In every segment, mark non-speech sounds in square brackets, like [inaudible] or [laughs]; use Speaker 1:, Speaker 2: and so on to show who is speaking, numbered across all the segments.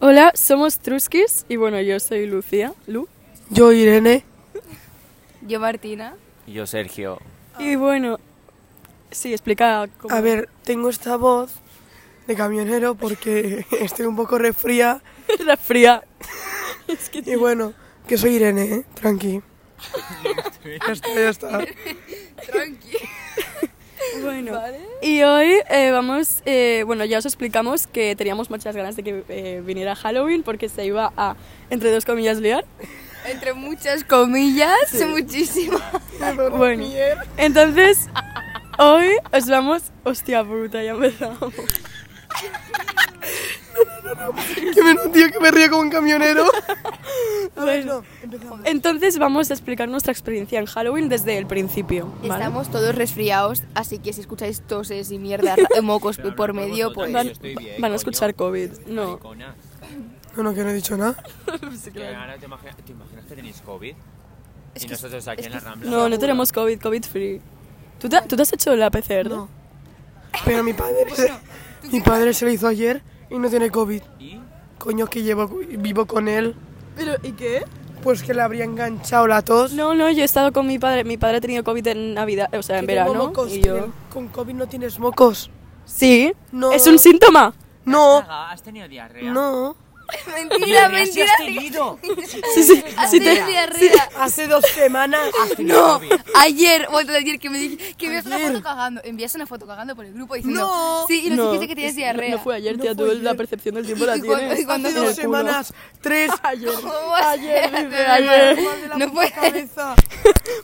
Speaker 1: Hola, somos Truskis y bueno, yo soy Lucía, Lu.
Speaker 2: Yo, Irene.
Speaker 3: Yo, Martina.
Speaker 4: Y yo, Sergio.
Speaker 1: Y bueno, sí, explica cómo...
Speaker 2: A ver, tengo esta voz de camionero porque [laughs] estoy un poco resfría
Speaker 1: [laughs] la fría. Es que
Speaker 2: y bueno, que soy Irene, ¿eh? tranqui. ya está, ya [laughs] está.
Speaker 3: Tranqui.
Speaker 1: Bueno,
Speaker 3: Vale.
Speaker 1: y hoy eh, vamos, eh, bueno, ya os explicamos que teníamos muchas ganas de que eh, viniera Halloween porque se iba a, entre dos comillas, liar.
Speaker 3: Entre muchas comillas, muchísimas.
Speaker 1: Bueno, entonces, hoy os vamos... Hostia puta, ya empezamos.
Speaker 2: Que me, tío, que me río como un camionero.
Speaker 1: [laughs] Bueno,
Speaker 2: empezamos.
Speaker 1: entonces vamos a explicar nuestra experiencia en Halloween desde el principio, ¿vale?
Speaker 3: Estamos todos resfriados, así que si escucháis toses y mierda, [laughs] mocos por medio, pues...
Speaker 1: Van,
Speaker 4: Yo estoy bien,
Speaker 1: van
Speaker 4: coño.
Speaker 1: a escuchar COVID. No.
Speaker 4: Maricona.
Speaker 2: No, no, que no he dicho nada.
Speaker 1: Sí,
Speaker 4: Que
Speaker 1: claro.
Speaker 4: ahora te, imagina- te imaginas que tenéis COVID.
Speaker 3: Es
Speaker 4: y
Speaker 3: que-
Speaker 4: nosotros aquí
Speaker 3: es
Speaker 4: en la
Speaker 3: que-
Speaker 4: Rambla.
Speaker 1: No, no tenemos COVID, COVID free. ¿Tú te, tú te has hecho la PCR?
Speaker 2: No. Pero mi padre, se- mi padre se lo hizo ayer y no tiene COVID.
Speaker 4: Y
Speaker 2: Coño, que llevo cu- vivo con él.
Speaker 1: ¿Pero y qué?
Speaker 2: Pues que le habría enganchado la tos.
Speaker 1: No, no, yo he estado con mi padre. Mi padre ha tenido COVID en Navidad, o sea, en
Speaker 2: Que tengo
Speaker 1: verano.
Speaker 2: mocos,
Speaker 1: y
Speaker 2: que
Speaker 1: yo...
Speaker 2: Con COVID no tienes mocos.
Speaker 1: Sí.
Speaker 2: No.
Speaker 1: ¿Es un síntoma?
Speaker 2: No,
Speaker 4: Saga, ¿Has tenido diarrea?
Speaker 2: no.
Speaker 3: [laughs] Mentira,
Speaker 4: Diarrea sí
Speaker 3: mentira.
Speaker 4: has
Speaker 1: [laughs]
Speaker 4: tenido.
Speaker 1: Sí,
Speaker 2: [laughs]
Speaker 1: sí.
Speaker 2: Ah,
Speaker 1: sí te-
Speaker 3: Hacer diarrea.
Speaker 2: Hace dos
Speaker 1: [laughs]
Speaker 2: semanas.
Speaker 3: No, ayer, o antes de ayer que me dije que envías una
Speaker 2: Ayer.
Speaker 3: foto cagando, envías una foto cagando por el grupo diciendo,
Speaker 2: No.
Speaker 3: sí, y nos
Speaker 1: no,
Speaker 3: dijiste que tienes
Speaker 1: es- no-
Speaker 3: diarrea.
Speaker 1: No, fue ayer,
Speaker 2: No
Speaker 1: tía.
Speaker 2: fue
Speaker 1: Tú la
Speaker 2: ayer.
Speaker 1: percepción del tiempo la
Speaker 2: [laughs]
Speaker 3: Y cuando-
Speaker 1: tienes.
Speaker 3: y cuando-
Speaker 2: Hace
Speaker 1: en el
Speaker 2: dos
Speaker 1: culo.
Speaker 2: semanas.
Speaker 1: [laughs]
Speaker 2: Tres.
Speaker 1: Ayer.
Speaker 3: [laughs] ¿Cómo vas a
Speaker 1: Ayer,
Speaker 3: hacer [laughs]
Speaker 1: vive, ayer.
Speaker 3: diarrea? No puede
Speaker 2: Cabeza.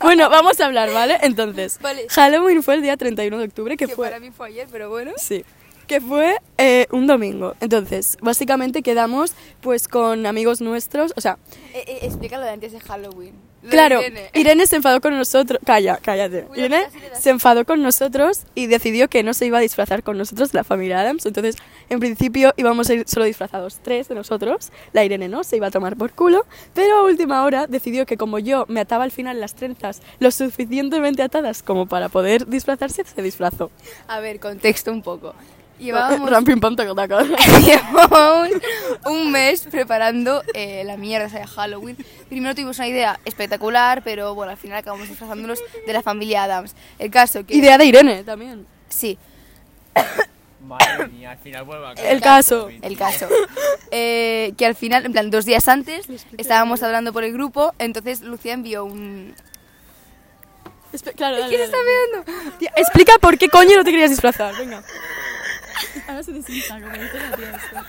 Speaker 1: Bueno, vamos a hablar, ¿vale? Entonces,
Speaker 3: Vale.
Speaker 1: Halloween fue el día 31 de octubre, que
Speaker 3: que
Speaker 1: fue
Speaker 3: para mí fue ayer, pero bueno.
Speaker 1: Sí. Que fue eh, un domingo. Entonces, básicamente quedamos pues con amigos nuestros. O sea,
Speaker 3: Eh, eh, explica lo de antes de Halloween. Lo de
Speaker 1: claro,
Speaker 3: [laughs] Irene.
Speaker 1: Irene se enfadó con nosotros. Calla, cállate.
Speaker 3: Cuidado,
Speaker 1: Irene
Speaker 3: casi le das.
Speaker 1: se enfadó con nosotros y decidió que no se iba a disfrazar con nosotros la familia Adams. Entonces, en principio íbamos a ir solo disfrazados tres de nosotros. La Irene no, se iba a tomar por culo. Pero a última hora decidió que como yo me ataba al final las trenzas lo suficientemente atadas como para poder disfrazarse, se disfrazó.
Speaker 3: A ver, contexto un poco.
Speaker 1: [laughs]
Speaker 3: Llevábamos,
Speaker 1: Rampim, pam,
Speaker 3: [laughs]
Speaker 1: taca, taca.
Speaker 3: llevábamos un mes preparando eh, la mierda esa de Halloween. Primero tuvimos una idea espectacular, pero bueno, al final acabamos disfrazándonos de la familia Adams. El caso que...
Speaker 1: Idea de Irene también.
Speaker 3: Sí,
Speaker 4: Madre mía, al final vuelvo a
Speaker 1: El caso.
Speaker 3: el caso. Eh, que al final, en plan, dos días antes, estábamos hablando por el grupo, entonces Lucía envió un...
Speaker 1: Espe- claro, dale,
Speaker 3: ¿Quién
Speaker 1: dale,
Speaker 3: está
Speaker 1: dale.
Speaker 3: mirando?
Speaker 1: Tía, explica por qué coño no te querías disfrazar. Venga. Ahora se desinfla, como dice la tía esta.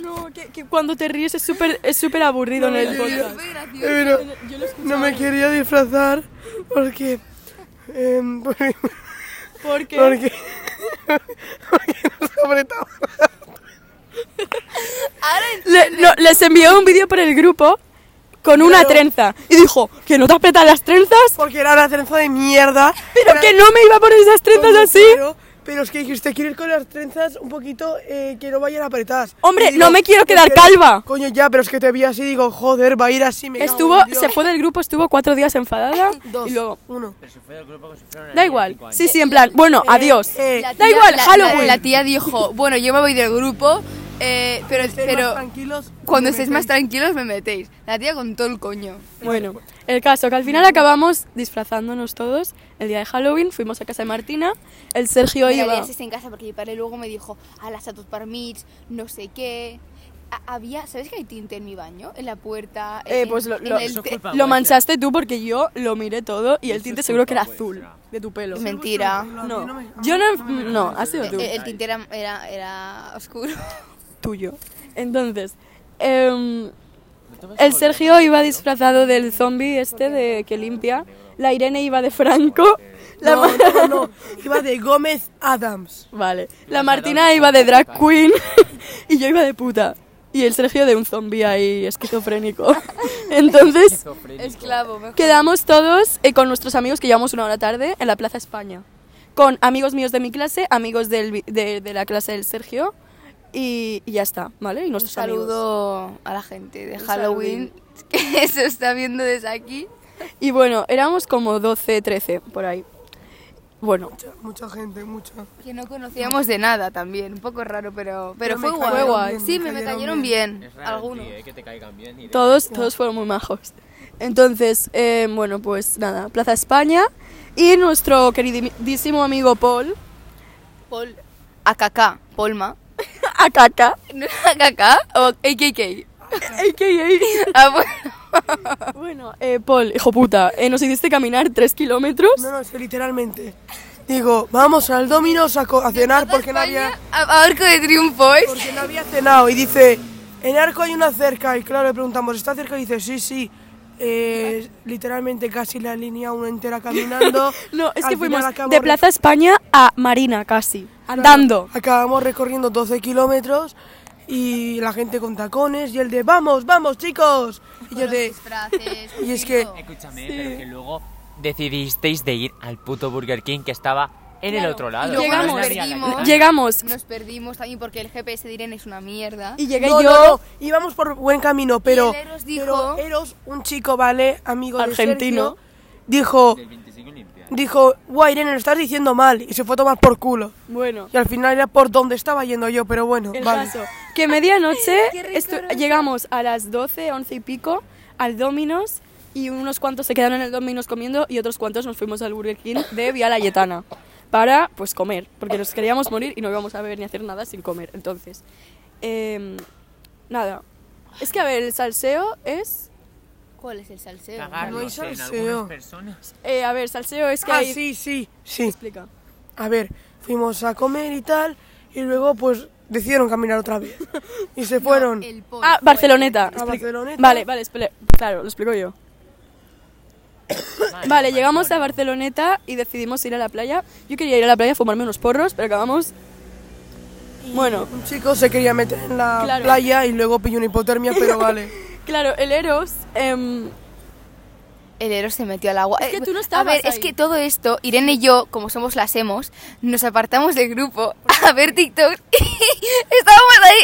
Speaker 1: No, que, que cuando te ríes es súper es súper aburrido en el podcast.
Speaker 3: Fue gracioso.
Speaker 2: Pero
Speaker 1: Yo lo escucho.
Speaker 2: no me quería disfrazar porque. em, [laughs] porque,
Speaker 1: ¿Por qué?
Speaker 2: porque. Porque nos apretaba.
Speaker 3: Ahora
Speaker 1: Le- no, les envió un vídeo por el grupo con una
Speaker 2: Claro.
Speaker 1: trenza y dijo que no te apretan las trenzas,
Speaker 2: Porque era una trenza de mierda.
Speaker 1: pero
Speaker 2: Era-
Speaker 1: que no me iba a poner esas trenzas
Speaker 2: Coño,
Speaker 1: así.
Speaker 2: claro, pero es que dijiste, quiero ir con las trenzas un poquito eh, que no vayan apretadas.
Speaker 1: Hombre,
Speaker 2: Y digo,
Speaker 1: no me quiero quedar
Speaker 2: quiero-
Speaker 1: calva.
Speaker 2: Coño, ya, pero es que te vi así digo, joder, va a ir así. Me cago
Speaker 1: Estuvo,
Speaker 2: en Dios.
Speaker 1: se fue del grupo, estuvo cuatro días enfadada
Speaker 2: Dos,
Speaker 1: y luego
Speaker 2: uno.
Speaker 4: Pero si fue del grupo que sufrieron
Speaker 1: Da
Speaker 4: ahí
Speaker 1: igual.
Speaker 4: cinco años.
Speaker 1: Sí, sí, en plan, bueno, adiós.
Speaker 2: eh,
Speaker 3: La
Speaker 1: Da igual,
Speaker 3: la-
Speaker 1: Halloween.
Speaker 3: La, la tía dijo, bueno, yo me voy del grupo, eh, pero,
Speaker 2: Estéis más
Speaker 3: pero
Speaker 2: tranquilos,
Speaker 3: cuando
Speaker 2: me
Speaker 3: estéis más
Speaker 2: metéis.
Speaker 3: tranquilos me metéis. La tía con todo el coño.
Speaker 1: Bueno, el caso, que al final acabamos disfrazándonos todos el día de Halloween, fuimos a casa de Martina, el Sergio
Speaker 3: Mira,
Speaker 1: iba...
Speaker 3: ya estés en casa porque mi padre luego me dijo, a las tus parmits, no sé qué. A- había, ¿sabes que hay tinte en mi baño? En la puerta.
Speaker 1: Eh,
Speaker 3: en-
Speaker 1: pues lo-
Speaker 3: en
Speaker 1: lo-
Speaker 3: el
Speaker 4: Eso es
Speaker 3: te-
Speaker 4: culpa
Speaker 1: Lo manchaste tú porque yo lo miré todo y el
Speaker 4: Eso
Speaker 1: tinte
Speaker 4: es
Speaker 1: seguro que
Speaker 4: culpa
Speaker 1: era azul
Speaker 4: vuestra.
Speaker 1: de tu pelo.
Speaker 3: Mentira. Eh,
Speaker 1: No,
Speaker 2: A mí
Speaker 1: yo no...
Speaker 2: me-
Speaker 1: No, ha sido tú.
Speaker 3: el, el tinte era, era, era [laughs] oscuro.
Speaker 1: Tuyo. Entonces, em,
Speaker 2: Pues
Speaker 4: ¿No te vas a
Speaker 1: el
Speaker 4: volver?
Speaker 1: Sergio iba disfrazado del zombie este de que limpia, la Irene iba de Franco, la...
Speaker 2: No,
Speaker 1: Ma-
Speaker 2: no, no, [laughs] iba de Gómez Adams.
Speaker 1: Vale. La Martina iba de drag queen [laughs] y yo iba de puta. Y el Sergio de un zombi ahí esquizofrénico. Entonces
Speaker 4: Esquizofrénico.
Speaker 3: Esclavo, mejor.
Speaker 1: quedamos todos eh, con nuestros amigos que llevamos una hora tarde en la Plaza España. Con amigos míos de mi clase, amigos del vi- de, de la clase del Sergio y, y ya está, ¿vale? Y
Speaker 3: Un
Speaker 1: nuestros amigos.
Speaker 3: saludo a la gente de
Speaker 1: Un
Speaker 3: Halloween que [laughs] se está viendo desde aquí.
Speaker 1: Y bueno, éramos como 12, 13 por ahí. Bueno,
Speaker 2: Mucha, mucha gente, mucha.
Speaker 3: Que no conocíamos de nada también, un poco raro, pero, pero,
Speaker 2: Pero
Speaker 3: fue
Speaker 2: me
Speaker 3: guay.
Speaker 2: cayeron
Speaker 1: bien,
Speaker 3: sí,
Speaker 2: me
Speaker 3: me, me
Speaker 2: cayeron
Speaker 3: cayeron bien,
Speaker 4: Es raro,
Speaker 3: algunos.
Speaker 4: tío, eh, que te caigan bien. y de-
Speaker 1: todos, todos fueron muy majos. Entonces, eh, bueno, pues nada, Plaza España y nuestro queridísimo amigo Paul, [laughs]
Speaker 3: Pol, AKK, Polma. [laughs]
Speaker 1: Akaka,
Speaker 3: ¿No es AKK o AKK?
Speaker 1: a.k.a.
Speaker 3: [laughs] Ah, bueno.
Speaker 1: [laughs] Bueno, eh, Paul, hijo puta, eh, nos hiciste caminar tres kilómetros.
Speaker 2: No, no, es que literalmente. Digo, vamos al Dominos a, co- a cenar porque no
Speaker 3: España,
Speaker 2: había,
Speaker 3: A, a Arco de Triunfo, ¿eh? [laughs]
Speaker 2: porque no había cenado. Y dice, en Arco hay una cerca. Y claro, le preguntamos, ¿está cerca? Y dice, sí, sí. Eh, literalmente casi la línea una entera caminando.
Speaker 1: [laughs] No, es
Speaker 2: Al
Speaker 1: que
Speaker 2: final Ah,
Speaker 1: fuimos
Speaker 2: acabamos
Speaker 1: de Plaza España a Marina casi, andando.
Speaker 2: Acabamos recorriendo 12 kilómetros y la gente con tacones y el de vamos, vamos chicos. Y yo de... Y es que-
Speaker 4: Escúchame, pero que luego decidisteis de ir al puto Burger King que estaba en el
Speaker 3: Claro,
Speaker 4: otro
Speaker 3: y
Speaker 4: lado.
Speaker 3: luego
Speaker 4: no
Speaker 1: Llegamos,
Speaker 4: es la vía
Speaker 3: perdimos.
Speaker 4: lateral.
Speaker 1: llegamos
Speaker 3: Nos perdimos también porque el GPS de Irene es una mierda.
Speaker 1: y llegué
Speaker 2: No,
Speaker 1: yo.
Speaker 2: no, no, íbamos por buen camino, pero...
Speaker 3: Y el Eros dijo-
Speaker 2: pero Eros, un chico, ¿vale? Amigo de
Speaker 1: Argentino.
Speaker 2: Sergio, dijo,
Speaker 4: Del 25 limpia.
Speaker 2: dijo, guay, Irene, lo estás diciendo mal. Y se fue a tomar por culo.
Speaker 1: Bueno,
Speaker 2: Y al final era por donde estaba yendo yo, pero bueno,
Speaker 1: el
Speaker 2: vale.
Speaker 1: caso, que medianoche
Speaker 3: Qué rico
Speaker 1: estu-
Speaker 3: era eso.
Speaker 1: llegamos a las 12, 11 y pico al Dominos y unos cuantos se quedaron en el Dominos comiendo y otros cuantos nos fuimos al Burger King de Vía Layetana para pues comer, porque nos queríamos morir y no íbamos a beber ni hacer nada sin comer. Entonces, em, nada. Es que a ver, el salseo es
Speaker 3: ¿Cuál es el salseo?
Speaker 4: Cagarnos
Speaker 2: No hay
Speaker 4: en
Speaker 2: salseo.
Speaker 4: algunas personas.
Speaker 1: eh, a ver, salseo es que
Speaker 2: Ah,
Speaker 1: hay-
Speaker 2: sí, sí, sí.
Speaker 1: Explica.
Speaker 2: A ver, fuimos a comer y tal, y luego pues decidieron caminar otra vez.
Speaker 1: [laughs]
Speaker 2: Y se fueron.
Speaker 3: El Pol
Speaker 1: Ah,
Speaker 3: fue-
Speaker 1: Barceloneta.
Speaker 2: Ah, Barceloneta.
Speaker 1: Vale, vale, espera. Claro, lo explico yo. Vale, llegamos a Barceloneta y decidimos ir a la playa. Yo quería ir a la playa a fumarme unos porros, pero acabamos.
Speaker 2: Y
Speaker 1: Bueno.
Speaker 2: Un chico se quería meter en la
Speaker 1: Claro.
Speaker 2: playa y luego pilló una hipotermia, pero vale.
Speaker 1: Claro, el Eros. em,
Speaker 3: El Eros se metió al agua.
Speaker 1: Es que
Speaker 3: Eh,
Speaker 1: tú no estabas
Speaker 3: A ver, es
Speaker 1: ahí.
Speaker 3: que todo esto, Irene y yo, como somos las hemos, nos apartamos del grupo a ver TikTok [laughs] y estábamos ahí.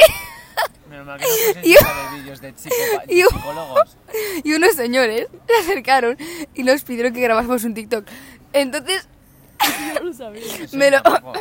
Speaker 4: Menos mal que no
Speaker 1: [laughs]
Speaker 4: puse
Speaker 3: Yo-
Speaker 4: nada de vídeos de, psicopa- de
Speaker 3: Yo-
Speaker 4: psicólogos.
Speaker 3: Y unos señores se acercaron y nos pidieron que grabásemos un TikTok. Entonces
Speaker 1: yo no lo sabía.
Speaker 4: Eso
Speaker 3: Me
Speaker 1: [laughs]
Speaker 3: lo-
Speaker 4: tampoco.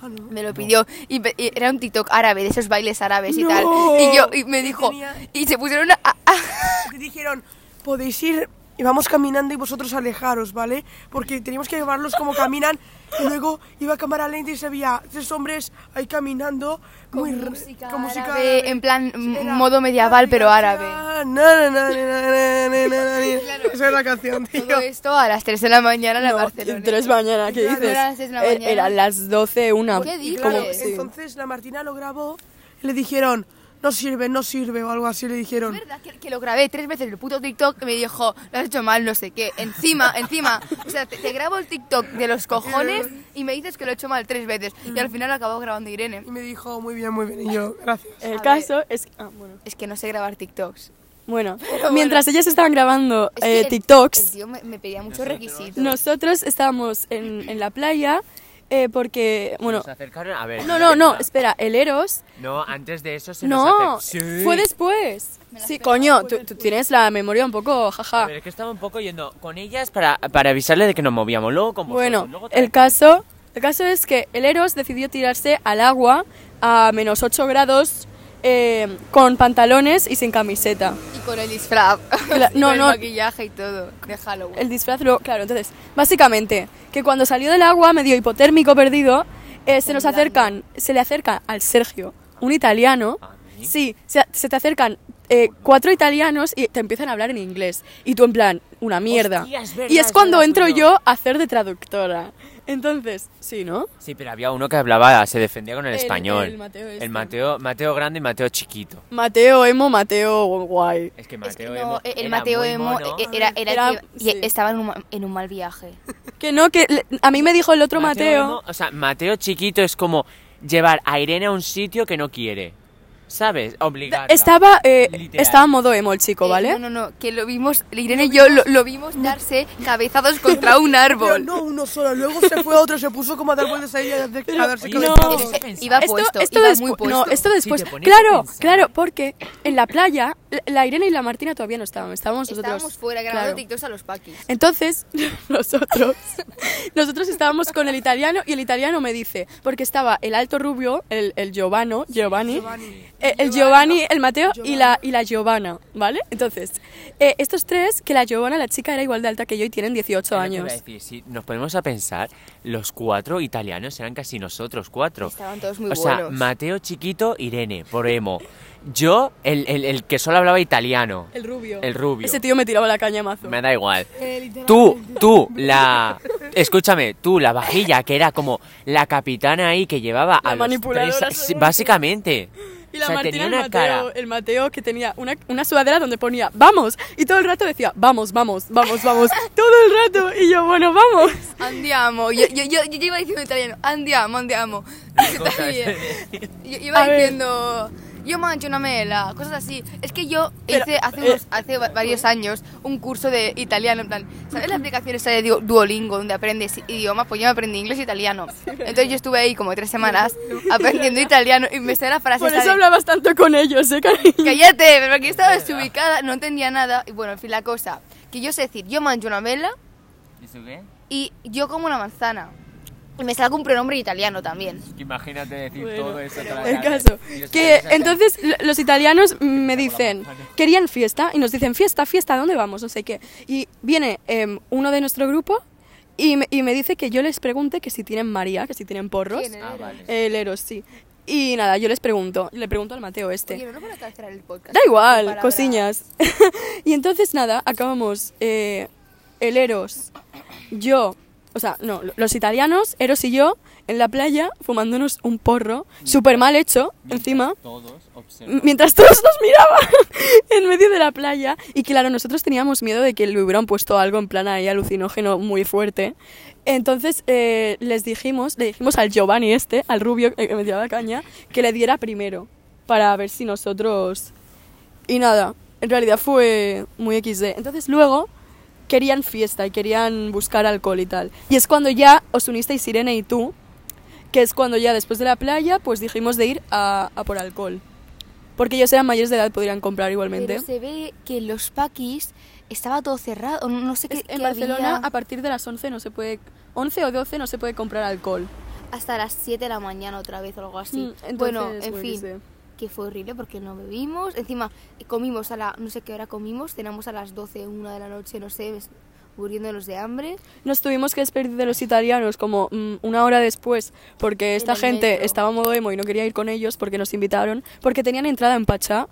Speaker 2: Ah,
Speaker 3: me lo pidió y, pe- y era un TikTok árabe, de esos bailes árabes y
Speaker 2: No.
Speaker 3: tal. Y yo, y me dijo,
Speaker 2: Tenía-
Speaker 3: y se pusieron a. a- a-
Speaker 2: Y dijeron, podéis ir y vamos caminando y vosotros alejaros, ¿vale? Porque teníamos que llevarlos como caminan. Y luego iba a cámara lenta y se veía tres hombres ahí caminando.
Speaker 3: Con
Speaker 2: muy r-
Speaker 3: música
Speaker 2: con música
Speaker 3: árabe,
Speaker 2: árabe.
Speaker 3: en plan,
Speaker 2: Sí, era
Speaker 3: modo medieval,
Speaker 2: la
Speaker 3: pero
Speaker 2: canción,
Speaker 3: árabe.
Speaker 2: na, na, na, na, na, na, na, na. Esa es la canción, tío.
Speaker 3: Todo esto a las 3 de la mañana en la Barcelona.
Speaker 1: Tres mañana, ¿qué
Speaker 2: Claro,
Speaker 1: dices?
Speaker 3: eran las seis de la
Speaker 1: Er-
Speaker 3: mañana.
Speaker 1: Eran las 12, una.
Speaker 3: ¿Qué
Speaker 2: Y
Speaker 3: dices?
Speaker 2: claro,
Speaker 1: como- sí.
Speaker 2: entonces la Martina lo grabó y le dijeron, no sirve, no sirve, o algo así le dijeron.
Speaker 3: Es verdad que, que lo grabé tres veces el puto TikTok y me dijo, lo has hecho mal, no sé qué. Encima, [laughs] encima, o sea, te, te grabo el TikTok de
Speaker 2: [laughs]
Speaker 3: los cojones y me dices que lo he hecho mal tres veces. Y
Speaker 2: Mm.
Speaker 3: al final lo acabó grabando Irene.
Speaker 2: Y me dijo, muy bien, muy bien, y yo, gracias.
Speaker 1: El
Speaker 3: A
Speaker 1: caso es. que- ah, bueno.
Speaker 3: Es que no sé grabar TikToks. [laughs]
Speaker 1: Bueno,
Speaker 3: bueno.
Speaker 1: mientras ellas estaban grabando
Speaker 3: Es que
Speaker 1: eh,
Speaker 3: el-
Speaker 1: TikToks.
Speaker 3: El tío me, me pedía muchos
Speaker 4: Nosotros-
Speaker 3: requisitos.
Speaker 1: Nosotros estábamos en, en la playa eh, porque, bueno,
Speaker 4: Nos acercaron a ver.
Speaker 1: no, no, no, espera, el Eros,
Speaker 4: No, antes de eso se
Speaker 1: no,
Speaker 4: nos acercó. Sí.
Speaker 1: fue después.
Speaker 3: Me la
Speaker 1: Sí,
Speaker 3: esperaba,
Speaker 1: coño, tú, tú tienes la memoria un poco,
Speaker 4: A
Speaker 1: jaja.
Speaker 4: ver, es que estaba un poco yendo con ellas para, para avisarle de que nos movíamos. Luego con vosotros,
Speaker 1: Bueno,
Speaker 4: luego otra
Speaker 1: el
Speaker 4: vez.
Speaker 1: caso, el caso es que el Eros decidió tirarse al agua a menos 8 grados eh, con pantalones y sin camiseta.
Speaker 3: Y con el [laughs] disfraz.
Speaker 1: Cla- no,
Speaker 3: con el
Speaker 1: no.
Speaker 3: maquillaje y todo. De Halloween.
Speaker 4: Ah,
Speaker 1: El disfraz lo... Claro, entonces, básicamente, que cuando salió del agua, medio hipotérmico perdido, eh, se nos
Speaker 3: Temblando.
Speaker 1: acercan, se le acerca al Sergio, un italiano.
Speaker 4: ¿A mí?
Speaker 1: Sí, se, se te acercan eh, cuatro italianos y te empiezan a hablar en inglés. Y tú en plan, una mierda.
Speaker 4: Hostia, es verdad,
Speaker 1: y es
Speaker 4: es
Speaker 1: cuando
Speaker 4: verdad,
Speaker 1: entro
Speaker 4: Julio.
Speaker 1: yo a hacer de traductora. Entonces, sí, ¿no?
Speaker 4: Sí, pero había uno que hablaba, se defendía con el,
Speaker 1: El-
Speaker 4: español.
Speaker 1: el Mateo este.
Speaker 4: El Mateo, Mateo grande y Mateo chiquito.
Speaker 1: Mateo, emo, Mateo, guay.
Speaker 4: Es que
Speaker 3: Es que
Speaker 4: Mateo
Speaker 3: no,
Speaker 4: Emo
Speaker 3: el el
Speaker 4: era
Speaker 3: Mateo
Speaker 4: muy
Speaker 3: Emo
Speaker 4: mono.
Speaker 3: eh, era, era, el
Speaker 1: Era-
Speaker 3: que- y
Speaker 1: sí.
Speaker 3: estaba en un, ma- en un mal viaje.
Speaker 1: Que no, que le- a mí me dijo el otro Mateo.
Speaker 4: Emo- o sea, Mateo chiquito es como llevar a Irene a un sitio que no quiere. ¿Sabes? Obligarla.
Speaker 1: Estaba, eh,
Speaker 4: Literal.
Speaker 1: estaba modo emo el chico,
Speaker 3: Eh,
Speaker 1: ¿vale?
Speaker 3: No, no, no, que lo vimos, Irene y yo lo, lo vimos darse cabezados contra un
Speaker 2: Pero
Speaker 3: árbol.
Speaker 2: no uno solo, luego se fue otro, se puso como a dar vueltas ahí a, de- a darse
Speaker 4: Oye,
Speaker 1: no.
Speaker 4: ¿te pones a
Speaker 3: Eh,
Speaker 4: pensar?
Speaker 3: iba- puesto, iba muy
Speaker 1: despu-
Speaker 3: puesto.
Speaker 1: No, esto después.
Speaker 4: Si te pones a
Speaker 1: claro,
Speaker 4: pensar-
Speaker 1: claro, porque en la playa, la- la Irene y la Martina todavía no estaban, estábamos nosotros.
Speaker 3: Estábamos fuera grabando
Speaker 1: Claro.
Speaker 3: TikToks a los paquis.
Speaker 1: Entonces, [laughs] nosotros, [laughs] nosotros estábamos con el italiano y el italiano me dice, porque estaba el alto rubio, el, el Giovano, Giovanni, eh, el Giovanni, el Mateo y la, y la Giovanna, ¿vale? Entonces, eh, estos tres, que la Giovanna, la chica, era igual de alta que yo y tienen 18
Speaker 4: Es lo que iba a
Speaker 1: años.
Speaker 4: decir, Si nos ponemos a pensar, los cuatro italianos eran casi nosotros, cuatro.
Speaker 3: Estaban todos muy
Speaker 4: o sea,
Speaker 3: buenos.
Speaker 4: Mateo chiquito, Irene, por emo. Yo, el, el- el que solo hablaba italiano.
Speaker 1: El rubio.
Speaker 4: El rubio.
Speaker 1: Ese tío me tiraba la caña mazo.
Speaker 4: Me da igual. Tú, tú, la... Escúchame, tú, la vajilla, que era como la capitana ahí que llevaba a
Speaker 1: La
Speaker 4: los
Speaker 1: manipuladora,
Speaker 4: tres,
Speaker 1: seguro
Speaker 4: sí,
Speaker 1: que-
Speaker 4: Básicamente.
Speaker 1: Y la
Speaker 4: o sea,
Speaker 1: Martina,
Speaker 4: tenía
Speaker 1: el
Speaker 4: una
Speaker 1: Mateo,
Speaker 4: cara...
Speaker 1: el Mateo que tenía una, una sudadera donde ponía vamos y todo el rato decía vamos, vamos, vamos,
Speaker 4: [laughs]
Speaker 1: vamos, todo el rato y yo bueno, vamos.
Speaker 3: Andiamo, yo, yo, yo, yo iba diciendo en italiano, andiamo, andiamo. Yo también. Yo
Speaker 1: A
Speaker 3: iba
Speaker 1: ver.
Speaker 3: diciendo, yo mancho una mela, cosas así. Es que yo
Speaker 1: Pero,
Speaker 3: hice hace,
Speaker 1: eh,
Speaker 3: unos, hace va- varios años un curso de italiano, en plan, ¿sabes la aplicación esa de Duo- Duolingo donde aprendes idioma? Pues yo me aprendí inglés e italiano. Entonces yo estuve ahí como tres semanas aprendiendo italiano y me sé la frase
Speaker 1: Por
Speaker 3: esa
Speaker 1: eso
Speaker 3: de-
Speaker 1: hablabas tanto con ellos, eh, cariño.
Speaker 3: Cállate, pero aquí estaba desubicada, no entendía nada. Y bueno, en fin, la cosa, que yo sé decir, yo mancho una mela y yo como una manzana. Y me salgo un pronombre italiano también.
Speaker 4: Imagínate decir
Speaker 1: Bueno, todo
Speaker 4: eso.
Speaker 1: El caso. Que entonces lo- los italianos me dicen, querían fiesta y nos dicen, fiesta, fiesta, ¿a dónde vamos? No sé qué. Y viene em, uno de nuestro grupo y me, y me dice que yo les pregunte que si tienen María, que si tienen porros.
Speaker 3: ¿Quién era?
Speaker 1: El Eros, sí. Y nada, yo les pregunto, le pregunto al Mateo este.
Speaker 3: Oye, no nos van a cancelar el podcast.
Speaker 1: Da
Speaker 3: Con
Speaker 1: igual,
Speaker 3: palabras.
Speaker 1: cosiñas. [laughs] y entonces nada, acabamos eh, el Eros, yo, o sea, no, los italianos, Eros y yo, en la playa fumándonos un porro, súper mal hecho, encima,
Speaker 4: Todos observan.
Speaker 1: m- mientras todos nos miraban [laughs] en medio de la playa. Y claro, nosotros teníamos miedo de que le hubieran puesto algo en plan ahí alucinógeno muy fuerte. Entonces eh, les dijimos, le dijimos al Giovanni este, al rubio eh, que me tiraba caña, que le diera primero para ver si nosotros y nada, en realidad fue muy XD. Entonces luego querían fiesta y querían buscar alcohol y tal. Y es cuando ya os unisteis Irene y tú, que es cuando ya después de la playa pues dijimos de ir a, a por alcohol. Porque ellos eran mayores de edad, podrían comprar igualmente.
Speaker 3: Pero se ve que en los paquis estaba todo cerrado, o no sé qué,
Speaker 1: Es-
Speaker 3: qué
Speaker 1: en Barcelona
Speaker 3: había.
Speaker 1: a partir de las 11 no se puede 11 o 12 no se puede comprar alcohol.
Speaker 3: hasta las 7 de la mañana otra vez o algo así.
Speaker 1: Mm, entonces,
Speaker 3: bueno, en
Speaker 1: bueno,
Speaker 3: fin,
Speaker 1: que sé.
Speaker 3: que fue horrible porque no bebimos. Encima eh, comimos a la no sé qué hora comimos, cenamos a las 12, 1 de la noche, no sé, es- muriéndonos de hambre.
Speaker 1: Nos tuvimos que despedir de los italianos como mm, una hora después porque esta
Speaker 3: el
Speaker 1: gente
Speaker 3: metro.
Speaker 1: estaba modo emo y no quería ir con ellos porque nos invitaron, porque tenían entrada en Pachá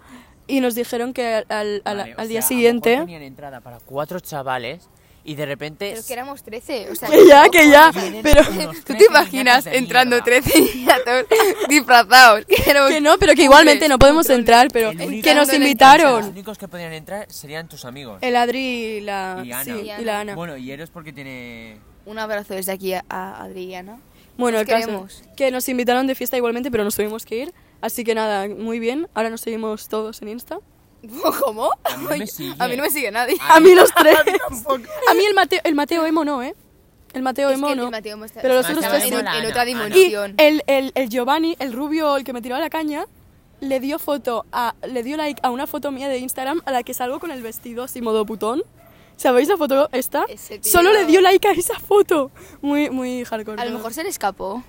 Speaker 1: y nos dijeron que al, al- al-
Speaker 4: Vale, o
Speaker 1: al día
Speaker 4: sea, a lo mejor
Speaker 1: siguiente...
Speaker 4: Tenían entrada para cuatro chavales y de repente.
Speaker 3: Pero
Speaker 4: [laughs]
Speaker 3: que éramos 13, o sea,
Speaker 1: Que ya, que ya, pero...
Speaker 4: Unos
Speaker 3: ¿Tú te
Speaker 4: 13
Speaker 3: imaginas
Speaker 4: niñatos de
Speaker 3: entrando
Speaker 4: mierda.
Speaker 3: 13 niñatos [laughs] disfrazados? Que
Speaker 1: [laughs]
Speaker 3: éramos-
Speaker 1: Que no, pero que igualmente no podemos entrar, pero
Speaker 4: El único-
Speaker 1: que nos
Speaker 3: Entrando en el
Speaker 4: Los
Speaker 1: invitaron.
Speaker 4: únicos que podían entrar serían tus amigos.
Speaker 1: El Adri y la,
Speaker 4: Y Ana.
Speaker 1: sí,
Speaker 4: Y
Speaker 1: y la Ana.
Speaker 4: Bueno, y eres porque tiene.
Speaker 3: Un abrazo desde aquí a, a Adriana.
Speaker 1: Bueno,
Speaker 3: Os
Speaker 1: el caso
Speaker 3: queremos.
Speaker 1: que nos invitaron de fiesta igualmente, pero nos tuvimos que ir. Así que nada, muy bien. Ahora nos seguimos todos en Insta.
Speaker 3: [laughs] ¿Cómo?
Speaker 4: A mí no me sigue. Ah,
Speaker 3: A mí no me sigue nadie.
Speaker 1: [laughs] A mí los tres. A mí el Mateo, el Mateo Emo no, ¿eh? El Mateo
Speaker 3: Es
Speaker 1: Emo
Speaker 3: que el
Speaker 1: no.
Speaker 3: Mateo me está-
Speaker 1: Pero los
Speaker 4: Mateo
Speaker 1: otros
Speaker 3: estaba
Speaker 1: tres
Speaker 4: Emo
Speaker 1: sí.
Speaker 3: en,
Speaker 4: Ana,
Speaker 3: en otra
Speaker 4: Ana.
Speaker 1: Y eh,
Speaker 3: dimensión.
Speaker 1: el, el, el Giovanni, el rubio, el que me tiraba la caña, le dio foto a, le dio like a una foto mía de Instagram a la que salgo con el vestido así modo putón. ¿Sabéis la foto esta?
Speaker 3: Ese tío.
Speaker 1: Solo le dio like a esa foto. Muy, muy hardcore.
Speaker 3: A lo
Speaker 1: ¿no?
Speaker 3: mejor se le escapó.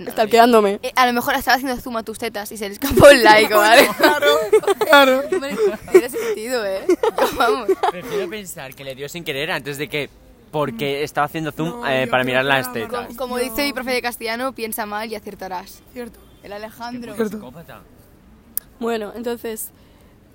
Speaker 1: Stalkeándome.
Speaker 3: Eh, a lo mejor estaba haciendo zoom a tus tetas y se le escapó
Speaker 1: [laughs]
Speaker 3: el like, ¿vale?
Speaker 2: Claro, claro.
Speaker 3: [laughs] Hombre, Tiene sentido, ¿eh? Vamos.
Speaker 4: Prefiero pensar que le dio sin querer antes de que. Porque estaba haciendo zoom
Speaker 2: No,
Speaker 4: eh,
Speaker 2: yo
Speaker 4: para
Speaker 2: creo
Speaker 4: mirar
Speaker 2: que
Speaker 4: las
Speaker 2: era
Speaker 4: tetas.
Speaker 2: Marco.
Speaker 3: Como dice mi profe de castellano, piensa mal y acertarás.
Speaker 2: Cierto.
Speaker 3: El Alejandro.
Speaker 4: Psicópata.
Speaker 1: Bueno, entonces,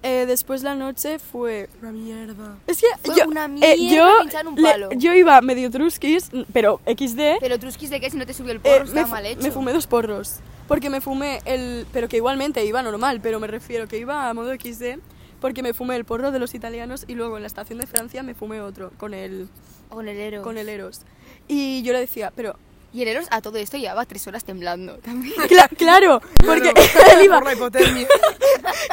Speaker 1: eh, después la noche fue...
Speaker 2: Una mierda.
Speaker 1: Es que
Speaker 3: Fue
Speaker 1: yo,
Speaker 3: una
Speaker 1: eh,
Speaker 3: mierda
Speaker 1: yo,
Speaker 3: pinchar un
Speaker 1: le-
Speaker 3: palo.
Speaker 1: yo iba medio truskis, pero XD.
Speaker 3: Pero Truskis de qué si no te subió el
Speaker 1: Eh,
Speaker 3: porro,
Speaker 1: me,
Speaker 3: está
Speaker 1: fu-
Speaker 3: mal hecho.
Speaker 1: me fumé dos porros. Porque me fumé el. Pero que igualmente iba normal, pero me refiero que iba a modo XD. Porque me fumé el porro de los italianos y luego en la estación de Francia me fumé otro con el,
Speaker 3: Con el E- héroe.
Speaker 1: con el Eros. Y yo le decía, pero [laughs]
Speaker 3: Y el Eros a todo esto llevaba tres horas temblando también. [laughs]
Speaker 1: Cla- claro, porque [laughs] él iba
Speaker 2: Por la hipotermia.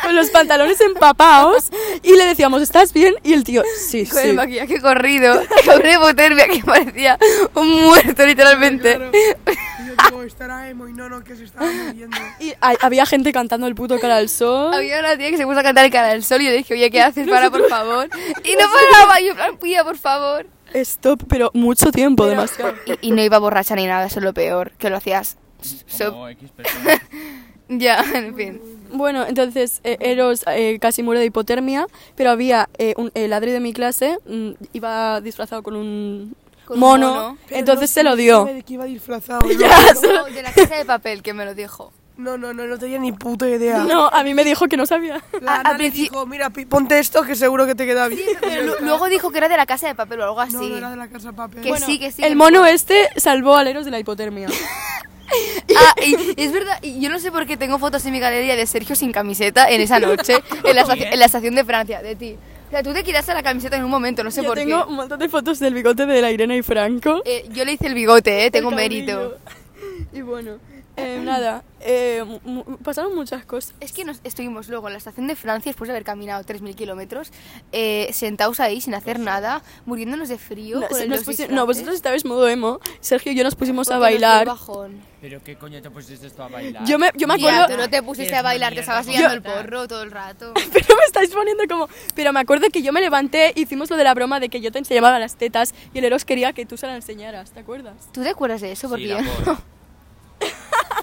Speaker 1: con los pantalones empapados y le decíamos, ¿estás bien? Y el tío, sí,
Speaker 3: Con
Speaker 1: sí.
Speaker 3: el maquillaje [laughs] corrido, con una hipotermia que parecía un muerto literalmente.
Speaker 2: Claro. Y yo digo, estará emo y no, no, que se estaba muriendo.
Speaker 1: Y hay- había gente cantando el puto cara al sol.
Speaker 3: Había una tía que se puso a cantar el cara del sol y yo dije, [laughs] oye, ¿qué haces? Para, por [laughs] favor. Y no paraba, y yo en plan, pía, por favor.
Speaker 1: Stop, pero mucho tiempo, demasiado.
Speaker 3: Y, y no iba borracha ni nada, eso es lo peor, que lo hacías. so-
Speaker 5: Como X personas.
Speaker 3: [laughs] ya, en [laughs] fin.
Speaker 1: Bueno, entonces eh, Eros eh, casi muere de hipotermia, pero había eh, un, el Adri de mi clase, mm, iba disfrazado con un
Speaker 3: Con un
Speaker 1: mono,
Speaker 3: mono.
Speaker 2: Pero
Speaker 1: entonces
Speaker 2: no
Speaker 1: se lo
Speaker 2: tenía
Speaker 1: dio.
Speaker 2: idea de que iba
Speaker 1: [laughs]
Speaker 2: disfrazado. ¿no?
Speaker 3: No, de la casa de papel que me lo dijo.
Speaker 2: No, no, no, no tenía ni puta idea.
Speaker 1: No, a mí me dijo que no sabía.
Speaker 2: La
Speaker 3: A-
Speaker 2: Ana
Speaker 3: a
Speaker 2: le
Speaker 3: princi-
Speaker 2: dijo, mira, pi- ponte esto que seguro que te queda bien.
Speaker 3: Pero lu- luego dijo que era de la casa de papel o algo así.
Speaker 2: No, no era de la casa papel.
Speaker 3: Que sí, que sí. que
Speaker 1: El
Speaker 3: me
Speaker 1: mono
Speaker 3: acuerdo.
Speaker 1: este salvó al Eros de la hipotermia.
Speaker 3: Ah, y y es verdad, y yo no sé por qué tengo fotos en mi galería de Sergio sin camiseta en esa noche,
Speaker 1: [laughs]
Speaker 3: en la, estaci- en la estación de Francia, de ti. O sea, tú te quitaste la camiseta en un momento, no sé
Speaker 1: Yo
Speaker 3: por
Speaker 1: tengo
Speaker 3: qué.
Speaker 1: un montón de fotos del bigote de la Irene y Franco.
Speaker 3: Eh, yo le hice el bigote, eh, tengo
Speaker 1: El
Speaker 3: mérito.
Speaker 1: cabello. [laughs] Y bueno, eh, nada, eh, mu- mu- pasaron muchas cosas.
Speaker 3: Es que nos estuvimos luego en la estación de Francia, después de haber caminado 3.000 kilómetros, eh, sentados ahí sin hacer nada, muriéndonos de frío.
Speaker 1: No,
Speaker 3: con
Speaker 1: se-
Speaker 3: el-
Speaker 1: nos
Speaker 3: los
Speaker 1: pusi-
Speaker 3: disfraces,
Speaker 1: no, vosotros estabais modo emo. Sergio y yo nos pusimos
Speaker 3: porque
Speaker 1: a
Speaker 3: nos dio
Speaker 1: bailar.
Speaker 3: bajón.
Speaker 5: Pero qué coño te pusiste esto a bailar.
Speaker 1: Yo me, yo me
Speaker 3: Tía,
Speaker 1: acuerdo.
Speaker 3: tú no te pusiste a bailar, te estabas liando el porro todo
Speaker 1: [laughs]
Speaker 3: el rato.
Speaker 1: Pero me estáis poniendo como. Pero me acuerdo que yo me levanté, hicimos lo de la broma de que yo te enseñaba las tetas y el Eros quería que tú se las enseñaras, ¿te acuerdas?
Speaker 3: ¿Tú te acuerdas de eso?
Speaker 5: Sí,
Speaker 3: Porque
Speaker 1: [laughs]
Speaker 5: la
Speaker 3: yo-
Speaker 5: porra.
Speaker 3: [laughs]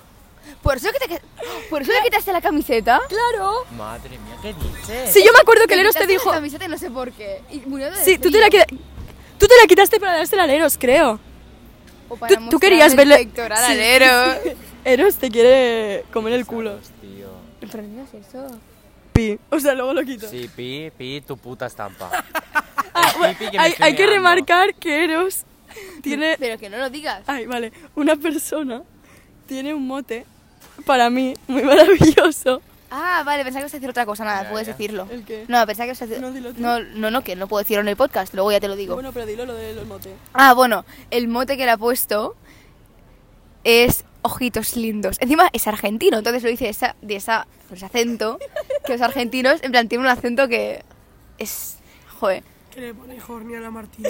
Speaker 3: ¿Por eso, que te, ¿Por eso le quitaste la camiseta?
Speaker 1: ¡Claro!
Speaker 5: Madre mía, ¿qué dices?
Speaker 1: Sí, yo me acuerdo que el
Speaker 3: Le
Speaker 1: Eros te
Speaker 3: quitaste
Speaker 1: dijo.
Speaker 3: La camiseta y no sé por qué. Y murió de
Speaker 1: Sí, tú te
Speaker 3: frío.
Speaker 1: la, queda- tú te la quitaste para dársela al Eros, creo.
Speaker 3: O para
Speaker 1: Tú, tú
Speaker 3: mostrar
Speaker 1: querías
Speaker 3: el
Speaker 1: verle.
Speaker 3: pectoral
Speaker 1: Sí. [laughs]
Speaker 3: al héroe.
Speaker 1: Eros te quiere comer el culo.
Speaker 5: Tío.
Speaker 3: Pero no es eso.
Speaker 1: Pi. O sea, luego lo quito.
Speaker 5: Sí, pi, pi, tu puta estampa.
Speaker 1: [laughs] Ah,
Speaker 5: El
Speaker 1: bueno,
Speaker 5: pipi me
Speaker 1: hay,
Speaker 5: estoy
Speaker 1: hay que
Speaker 5: meando.
Speaker 1: remarcar que Eros tiene. Ah.
Speaker 3: Pero que no lo digas.
Speaker 1: Ay, vale. Una persona tiene un mote para mí muy maravilloso.
Speaker 3: Ah, vale, pensaba que ibas a decir otra cosa. Nada,
Speaker 5: Ya,
Speaker 3: puedes
Speaker 5: ya.
Speaker 3: decirlo.
Speaker 1: ¿El qué?
Speaker 3: No, pensaba que ibas a decir...
Speaker 1: No, dilo tú.
Speaker 3: no, no, no, que no puedo decirlo en el podcast. Luego ya te lo digo.
Speaker 1: Bueno, pero dilo lo de los motes.
Speaker 3: Ah, bueno, el mote que le ha puesto es ojitos lindos. Encima es argentino, entonces lo dice esa, de esa, con ese acento. Que los argentinos, en plan, tienen un acento que es. Joder.
Speaker 2: Que le pone Jorni a la Martina.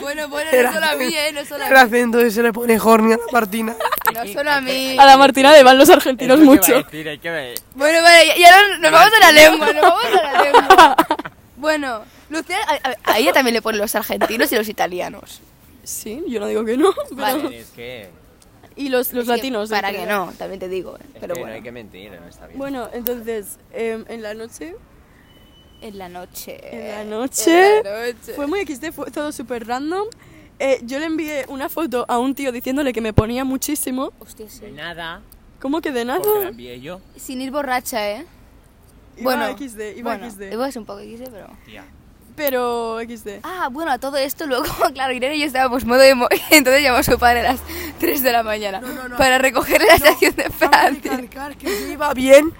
Speaker 3: Bueno, bueno,
Speaker 2: Era-
Speaker 3: no solo a mí, ¿eh? No [laughs] solo a
Speaker 2: El
Speaker 3: mí.
Speaker 2: acento ese le pone Jorni a la Martina.
Speaker 3: No solo a mí.
Speaker 1: A la Martina le van los
Speaker 5: Esto
Speaker 1: argentinos
Speaker 5: que iba a
Speaker 1: mucho.
Speaker 5: decir, hay que ver.
Speaker 3: Bueno, vale, y- y ahora nos vamos a la lengua, nos vamos a la
Speaker 1: [laughs]
Speaker 3: lengua. Bueno, Lucía, a, a- a ella también le ponen los argentinos y los italianos.
Speaker 1: Sí, yo no digo que no. pero- [laughs]
Speaker 3: Vale.
Speaker 5: Es que,
Speaker 1: Y los, los
Speaker 3: Sí,
Speaker 1: latinos. en
Speaker 3: Para que
Speaker 1: general.
Speaker 3: no, también te digo, ¿eh?
Speaker 5: es
Speaker 3: Pero
Speaker 5: que
Speaker 3: bueno.
Speaker 5: no hay que mentir, no está bien.
Speaker 1: Bueno, entonces, em, en la noche
Speaker 3: En la noche.
Speaker 1: En la noche.
Speaker 3: En la noche.
Speaker 1: Fue muy XD, fue todo súper random. Eh, yo le envié una foto a un tío diciéndole que me ponía muchísimo.
Speaker 3: Hostia, sí.
Speaker 5: De nada,
Speaker 1: ¿Cómo que de nada?
Speaker 5: porque la envié yo.
Speaker 3: Sin ir borracha, ¿eh?
Speaker 1: Iba
Speaker 3: bueno,
Speaker 1: XD, iba
Speaker 3: bueno,
Speaker 1: XD.
Speaker 3: Iba a ser un poco XD, pero...
Speaker 5: Tía.
Speaker 1: Pero XD.
Speaker 3: Ah, bueno, a todo esto luego, [laughs] claro, Irene y yo estábamos modo emo, [laughs] y entonces llamó a su padre a las 3 de la mañana
Speaker 2: no, no.
Speaker 3: para recoger la estación de
Speaker 2: Cabe
Speaker 3: Francia.
Speaker 2: recalcar que yo iba bien,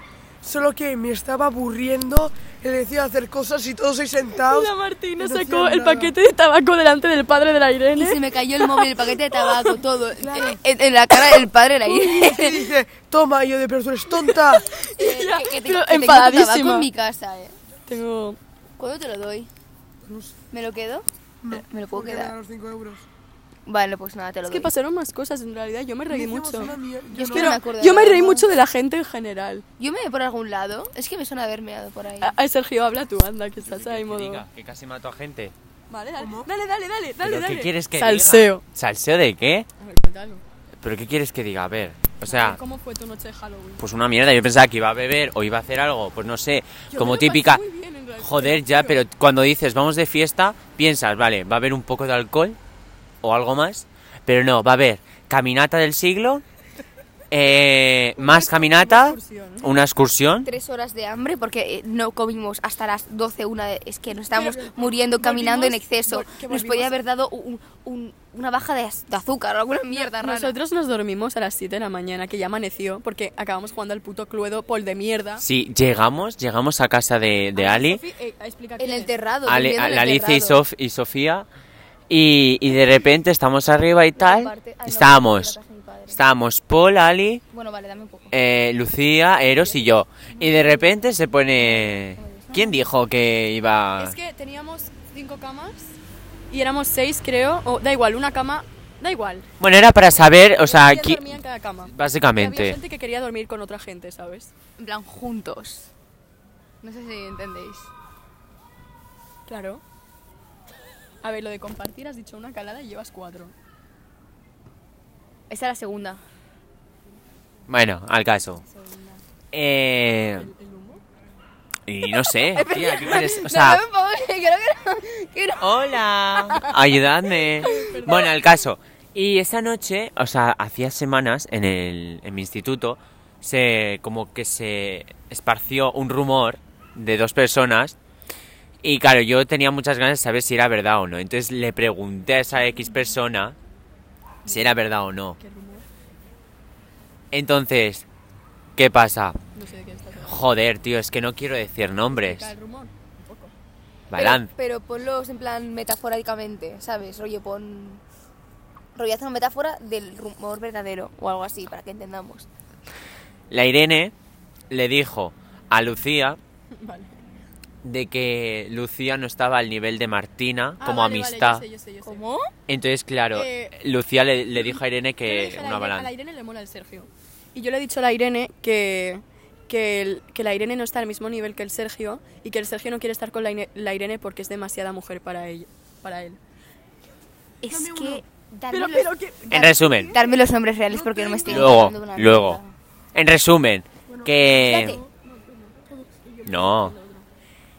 Speaker 2: solo que me estaba aburriendo. Le decía hacer cosas y todos ahí sentados.
Speaker 1: La Martina
Speaker 2: Entonces,
Speaker 1: sacó el
Speaker 2: Ah, nada.
Speaker 1: paquete de tabaco delante del padre de la
Speaker 3: Y se
Speaker 1: Irene.
Speaker 3: me cayó el móvil, el paquete de tabaco, [laughs] todo. En, en la cara del padre la [laughs] Irene.
Speaker 2: Y dice, toma, y yo de, pero tú eres tonta.
Speaker 3: Eh,
Speaker 1: Ya, pero
Speaker 3: que- que te- que tengo
Speaker 1: enfadadísima.
Speaker 3: tabaco en mi casa, ¿eh?
Speaker 1: Tengo.
Speaker 3: ¿Cuándo te lo doy?
Speaker 2: No sé,
Speaker 3: ¿Me lo quedo?
Speaker 2: no.
Speaker 3: ¿Me lo puedo
Speaker 2: Porque me da
Speaker 3: quedar?
Speaker 2: los 5 euros.
Speaker 3: Vale, pues nada, te lo
Speaker 1: Es que
Speaker 3: doy.
Speaker 1: pasaron más cosas en realidad. Yo me reí
Speaker 2: Hicimos
Speaker 1: mucho.
Speaker 2: una mier-
Speaker 3: Yo es
Speaker 2: no-
Speaker 3: que no me acuerdo.
Speaker 1: Yo me
Speaker 3: de
Speaker 1: reí
Speaker 3: nada.
Speaker 1: mucho de la gente en general.
Speaker 3: Yo me voy por algún lado. Es que me suena haber meado por ahí.
Speaker 1: Ay, Sergio, habla tú, anda, que
Speaker 5: Yo qué
Speaker 1: estás
Speaker 5: quieres
Speaker 1: ahí
Speaker 5: que
Speaker 1: modo.
Speaker 5: diga, que casi mató a gente.
Speaker 1: Vale, dale, dale, dale, dale, dale.
Speaker 5: ¿Pero
Speaker 1: dale.
Speaker 5: qué quieres que
Speaker 1: Salseo.
Speaker 5: diga? ¿Salseo de qué?
Speaker 1: A ver, cuéntalo.
Speaker 5: ¿Pero qué quieres que diga? A ver, o sea,
Speaker 1: ¿Cómo fue tu noche de Halloween?
Speaker 5: pues una mierda. Yo pensaba que iba a beber o iba a hacer algo, pues no sé,
Speaker 1: Yo
Speaker 5: como
Speaker 1: me lo pasé
Speaker 5: típica.
Speaker 1: muy bien, en realidad,
Speaker 5: Joder,
Speaker 1: te lo
Speaker 5: ya,
Speaker 1: juro.
Speaker 5: pero cuando dices vamos de fiesta, piensas, vale, va a haber un poco de alcohol o algo más, pero no, va a haber caminata del siglo, eh, más caminata,
Speaker 1: excursión, ¿no?
Speaker 5: una excursión.
Speaker 3: tres horas de hambre porque eh, no comimos hasta las 12, una de- es que nos estábamos muriendo caminando en
Speaker 1: volvimos-
Speaker 3: exceso.
Speaker 1: vol- que
Speaker 3: Nos
Speaker 1: volvimos-
Speaker 3: podía haber dado un- un- una baja de, az- de azúcar o alguna mierda rara.
Speaker 1: Nosotros nos dormimos a las 7 de la mañana, que ya amaneció, porque acabamos jugando al puto cluedo pol de mierda.
Speaker 5: Sí, llegamos, llegamos a casa de, de Ali,
Speaker 1: Sofi, eh, explica
Speaker 3: en
Speaker 1: quién
Speaker 3: el
Speaker 1: es.
Speaker 3: terrado.
Speaker 5: Ale-
Speaker 3: durmiendo en el
Speaker 5: la Alicia y,
Speaker 3: terrado.
Speaker 5: Sof- y Sofía, Y, y de repente estamos arriba y tal.
Speaker 3: Aparte- ah, no,
Speaker 5: Estábamos.
Speaker 3: la casa de mi padre.
Speaker 5: Estábamos Paul, Ali,
Speaker 3: Bueno, vale, dame un poco.
Speaker 5: eh, Lucía, Eros y yo. Y de repente se pone... ¿Quién dijo que iba...?
Speaker 1: Es que teníamos cinco camas y éramos seis, creo. O da igual, una cama, da igual.
Speaker 5: Bueno, era para saber, o sea,
Speaker 1: Ella
Speaker 5: aquí...
Speaker 1: dormía en cada cama.
Speaker 5: Básicamente.
Speaker 1: Había gente que quería dormir con otra gente, ¿sabes?
Speaker 3: En plan, juntos. No sé si entendéis.
Speaker 1: Claro. A ver, lo de compartir, has dicho una calada y llevas cuatro.
Speaker 3: Esa es la segunda.
Speaker 5: Bueno, al caso. Eh, y
Speaker 1: [laughs]
Speaker 5: no sé, tía, ¿qué quieres? O sea,
Speaker 3: No, dame un poco, que [laughs] creo que no- que no.
Speaker 1: [laughs]
Speaker 5: hola, ayudadme. Bueno, al caso. Y esa noche, o sea, hacía semanas en, el, en mi instituto, se como que se esparció un rumor de dos personas. Y claro, yo tenía muchas ganas de saber si era verdad o no. Entonces le pregunté a esa X persona si era verdad o no. Entonces, ¿qué pasa?
Speaker 1: No sé de qué estás hablando.
Speaker 5: Joder, tío, es que no quiero decir nombres.
Speaker 1: Cae el rumor. Un poco. [laughs]
Speaker 5: Balán.
Speaker 3: Pero, pero ponlos en plan metafóricamente, ¿sabes? Oye, pon. Rollo, haz una metáfora del rumor verdadero o algo así, para que entendamos.
Speaker 5: La Irene le dijo a Lucía
Speaker 1: Vale.
Speaker 5: de que Lucía no estaba al nivel de Martina
Speaker 1: Ah,
Speaker 5: como
Speaker 1: vale, vale,
Speaker 5: amistad.
Speaker 1: yo sé, yo sé, yo sé.
Speaker 3: ¿Cómo?
Speaker 5: Entonces, claro,
Speaker 1: Eh,
Speaker 5: Lucía le, le dijo a Irene
Speaker 1: Yo le
Speaker 5: que
Speaker 1: dije a la
Speaker 5: una
Speaker 1: Irene- A
Speaker 5: balanza.
Speaker 1: la Irene le mola el Sergio. Y yo le he dicho a la Irene que, que, el- que la Irene no está al mismo nivel que el Sergio y que el Sergio no quiere estar con la, Ine- la Irene porque es demasiada mujer para, ella, para él.
Speaker 3: Es que. Darme,
Speaker 2: Pero, pero
Speaker 3: los,
Speaker 2: que...
Speaker 5: En resumen,
Speaker 3: darme los nombres reales porque no me estoy.
Speaker 5: luego,
Speaker 3: inventando una
Speaker 5: luego. Eh,
Speaker 3: mierda.
Speaker 5: En resumen, que...
Speaker 3: Espérate.
Speaker 5: No.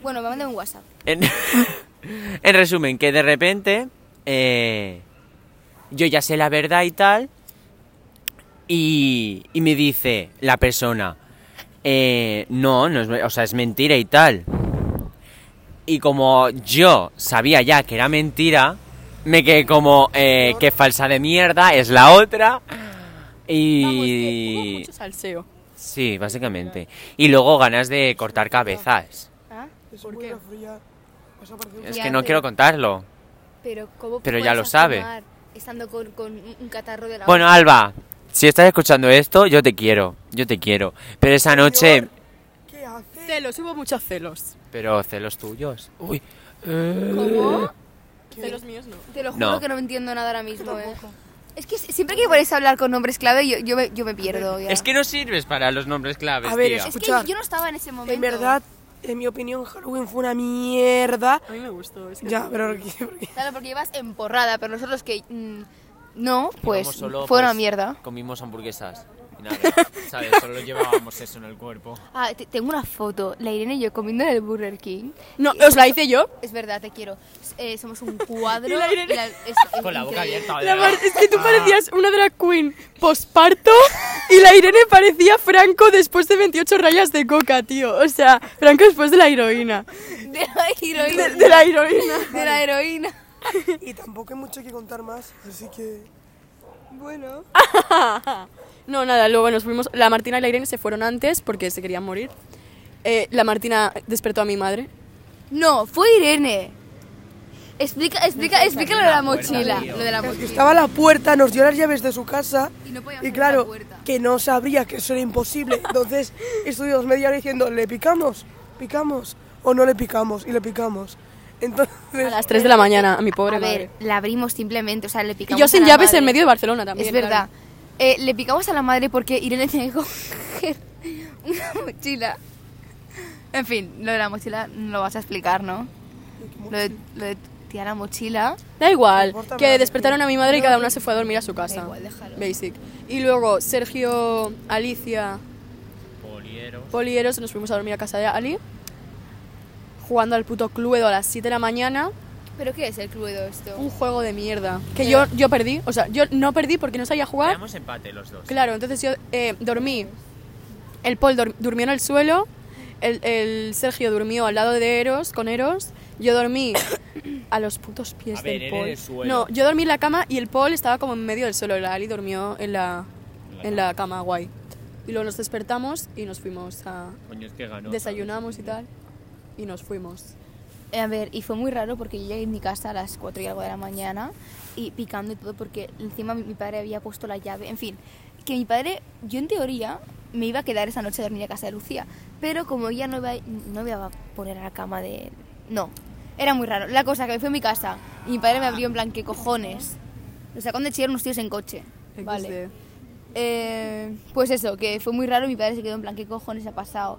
Speaker 3: Bueno, me mandan un WhatsApp.
Speaker 5: En, [laughs] en resumen, que de repente eh, yo ya sé la verdad y tal, y, y me dice la persona, eh, no, no es, ve- o sea, es mentira y tal. Y como yo sabía ya que era mentira, me quedé como, eh, qué falsa de mierda, es la otra.
Speaker 1: Vamos, que hubo
Speaker 5: Y...
Speaker 1: mucho salseo.
Speaker 5: Sí, básicamente. Y luego ganas de cortar cabezas.
Speaker 3: Ah,
Speaker 2: Eso ¿Por qué? Fría. Vas a parecer un-
Speaker 5: Es que no quiero contarlo.
Speaker 3: Pero, ¿cómo
Speaker 5: Pero
Speaker 3: puedes
Speaker 5: ya lo sabe.
Speaker 3: afirmar Estando con, con un un catarro de la.
Speaker 5: Bueno, Alba, si estás escuchando esto, yo te quiero, yo te quiero. Pero esa noche...
Speaker 2: ¿Qué hace?
Speaker 1: Celos, hubo muchos celos.
Speaker 5: Pero celos tuyos. Uy. ah.
Speaker 1: ¿Cómo? Celos míos no.
Speaker 3: Te lo juro
Speaker 5: No.
Speaker 3: que no entiendo nada ahora mismo. eh. Es que si- siempre que ponéis a hablar con nombres clave, yo, yo, me, yo me pierdo. Ya.
Speaker 5: Es que no sirves para los nombres claves,
Speaker 2: A ver,
Speaker 5: tía.
Speaker 2: es-
Speaker 3: Es que
Speaker 2: Escuchar.
Speaker 3: yo no estaba en ese momento.
Speaker 2: En verdad, en mi opinión, Halloween fue una mierda.
Speaker 1: A mí me gustó. es que-
Speaker 2: Ya, pero... porque-
Speaker 3: Claro, porque ibas emporrada, pero nosotros que. mm, no, pues.
Speaker 5: Íbamos solo,
Speaker 3: fue una
Speaker 5: pues,
Speaker 3: mierda.
Speaker 5: Comimos hamburguesas.
Speaker 3: [laughs]
Speaker 5: Y nada, ¿sabes? Solo llevábamos eso en el cuerpo.
Speaker 3: Ah, te- tengo una foto. La Irene y yo comiendo en el Burger King.
Speaker 1: No, os la hice yo.
Speaker 3: Es verdad, te quiero. S- eh, somos [laughs] un cuadro.
Speaker 1: Y la Irene-
Speaker 3: es- es
Speaker 5: Con la boca
Speaker 3: increíble.
Speaker 5: abierta.
Speaker 1: La mar- es que tú
Speaker 3: Ah.
Speaker 1: parecías una drag queen posparto y la Irene parecía Franco después de 28 rayas de coca, tío. O sea, Franco después de la heroína.
Speaker 3: [laughs] De la heroína.
Speaker 1: De, de la heroína.
Speaker 3: De la heroína.
Speaker 2: [laughs] Y tampoco hay mucho que contar más, así que... Bueno...
Speaker 1: No, nada, luego nos fuimos. La Martina y la Irene se fueron antes porque se querían morir. Eh, la Martina despertó a mi madre.
Speaker 3: No, fue Irene. Explica, explica, explica lo de la mochila. Lo de la mochila.
Speaker 2: Estaba a la puerta, nos dio las llaves de su casa
Speaker 3: Y no podía
Speaker 2: y
Speaker 3: abrir la
Speaker 2: claro,
Speaker 3: puerta.
Speaker 2: que no sabría que eso era imposible.
Speaker 1: [laughs]
Speaker 2: Entonces estuvimos media hora diciendo, ¿le picamos? ¿Picamos? ¿O no le picamos? Y le picamos. Entonces,
Speaker 1: A las 3 de la mañana, a mi pobre
Speaker 3: a ver,
Speaker 1: madre.
Speaker 3: la abrimos simplemente, o sea, le
Speaker 1: Y
Speaker 3: picamos.
Speaker 1: yo sin
Speaker 3: a la
Speaker 1: llaves
Speaker 3: madre.
Speaker 1: en medio de Barcelona también.
Speaker 3: Es verdad. Eh, le picamos a la madre porque Irene tenía que coger [laughs] una mochila. En fin, lo de la mochila no lo vas a explicar, ¿no? Lo de, lo de tirar la mochila.
Speaker 1: Da igual,
Speaker 2: importa, me
Speaker 1: que
Speaker 2: da
Speaker 1: despertaron a mi madre y cada una se fue a dormir a su casa.
Speaker 3: Da igual, déjalo.
Speaker 1: Basic. Y luego Sergio, Alicia, Polieros. nos fuimos a dormir a casa de Ali, jugando al puto Cluedo a las 7 de la mañana.
Speaker 3: ¿Pero qué es el cluedo esto?
Speaker 1: Un juego de mierda. Que yo, yo perdí, o sea, yo no perdí porque no sabía jugar.
Speaker 5: Eh. Tenemos empate los dos.
Speaker 1: Claro, entonces yo eh, dormí. El Paul dor- durmió en el suelo. El, el Sergio durmió al lado de Eros, con Eros. Yo dormí a los putos pies
Speaker 5: A ver,
Speaker 1: del
Speaker 5: en
Speaker 1: Paul.
Speaker 5: el suelo.
Speaker 1: No, yo dormí en la cama y el Paul estaba como en medio del suelo. La Ali durmió en la, en la cama, guay. Y luego nos despertamos y nos fuimos a.
Speaker 5: Coño, es que ganó.
Speaker 1: Desayunamos y tal. Y nos fuimos.
Speaker 3: Eh, A ver, y fue muy raro porque yo llegué a mi casa a las 4 y algo de la mañana y picando y todo porque encima mi, mi padre había puesto la llave. En fin, que mi padre, yo en teoría me iba a quedar esa noche a dormir a casa de Lucía, pero como ella no iba, no me iba a poner a la cama de... No, era muy raro. La cosa que me fui a mi casa y mi padre me abrió en plan, ¿qué cojones? Lo sacó de chillar unos tíos en coche. Vale. Eh, pues eso, que fue muy raro, mi padre se quedó en plan, ¿qué cojones ha pasado?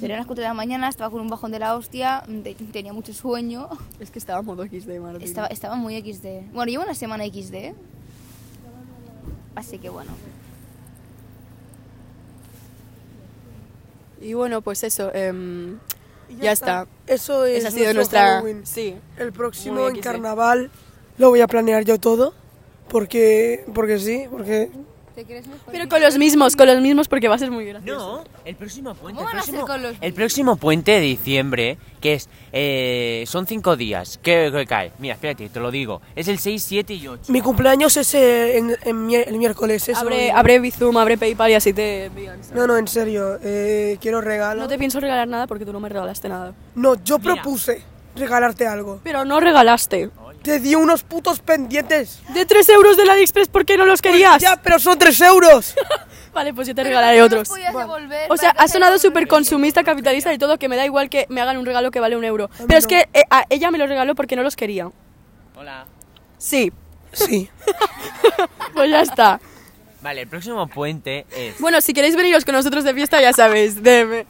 Speaker 3: Pero eran las 4 de la mañana, estaba con un bajón de la hostia, te- tenía mucho sueño,
Speaker 1: Es que estaba modo X de Martín.
Speaker 3: estaba, estaba muy XD. Bueno, llevo una semana XD, así que bueno.
Speaker 1: Y bueno, pues eso. em,
Speaker 2: Y
Speaker 1: ya está.
Speaker 2: Eso es
Speaker 1: Esa ha sido
Speaker 2: nuestro
Speaker 1: nuestra.
Speaker 2: Halloween.
Speaker 1: Sí.
Speaker 2: El próximo
Speaker 1: Muy ¿eh?
Speaker 2: en
Speaker 1: XD.
Speaker 2: carnaval lo voy a planear yo todo. Porque, porque sí, porque...
Speaker 3: ¿Te crees mejor?
Speaker 1: Pero con los mismos, con los mismos porque va a ser muy gracioso.
Speaker 5: No, el próximo puente.
Speaker 3: ¿Cómo
Speaker 5: el
Speaker 3: van a ser
Speaker 5: próximo-
Speaker 3: con los
Speaker 5: el próximo puente de diciembre, que es. eh, son cinco días. ¿Qué, qué cae? Mira, espérate, te lo digo. Es el 6, 7 y 8.
Speaker 2: Mi cumpleaños es eh, en- en mi- el miércoles. Eso
Speaker 1: Abre,
Speaker 2: es-
Speaker 1: abre Bizum, abre PayPal y así te envían. ¿sabes?
Speaker 2: No, no, en serio. eh, quiero regalo.
Speaker 1: No
Speaker 2: No,
Speaker 1: te pienso regalar nada porque tú no me regalaste nada.
Speaker 2: yo
Speaker 5: Mira.
Speaker 2: propuse regalarte algo.
Speaker 1: Pero no regalaste.
Speaker 2: Te di unos putos pendientes.
Speaker 1: De 3 euros del AliExpress, ¿por qué no los querías?
Speaker 2: Ya, pero son tres
Speaker 1: [laughs]
Speaker 2: euros.
Speaker 1: Vale, pues yo te regalaré otros. O sea, ha sonado súper consumista, capitalista y todo, que me da igual que me hagan un regalo que vale un euro.
Speaker 2: mí
Speaker 1: Pero es
Speaker 2: no.
Speaker 1: que eh, a ella me los regaló porque no los quería.
Speaker 5: Hola.
Speaker 1: Sí,
Speaker 2: Sí.
Speaker 1: pues ya está.
Speaker 5: Vale, el próximo puente
Speaker 1: [laughs]
Speaker 5: es.
Speaker 1: Bueno, si queréis veniros con nosotros de fiesta, ya sabéis, DM.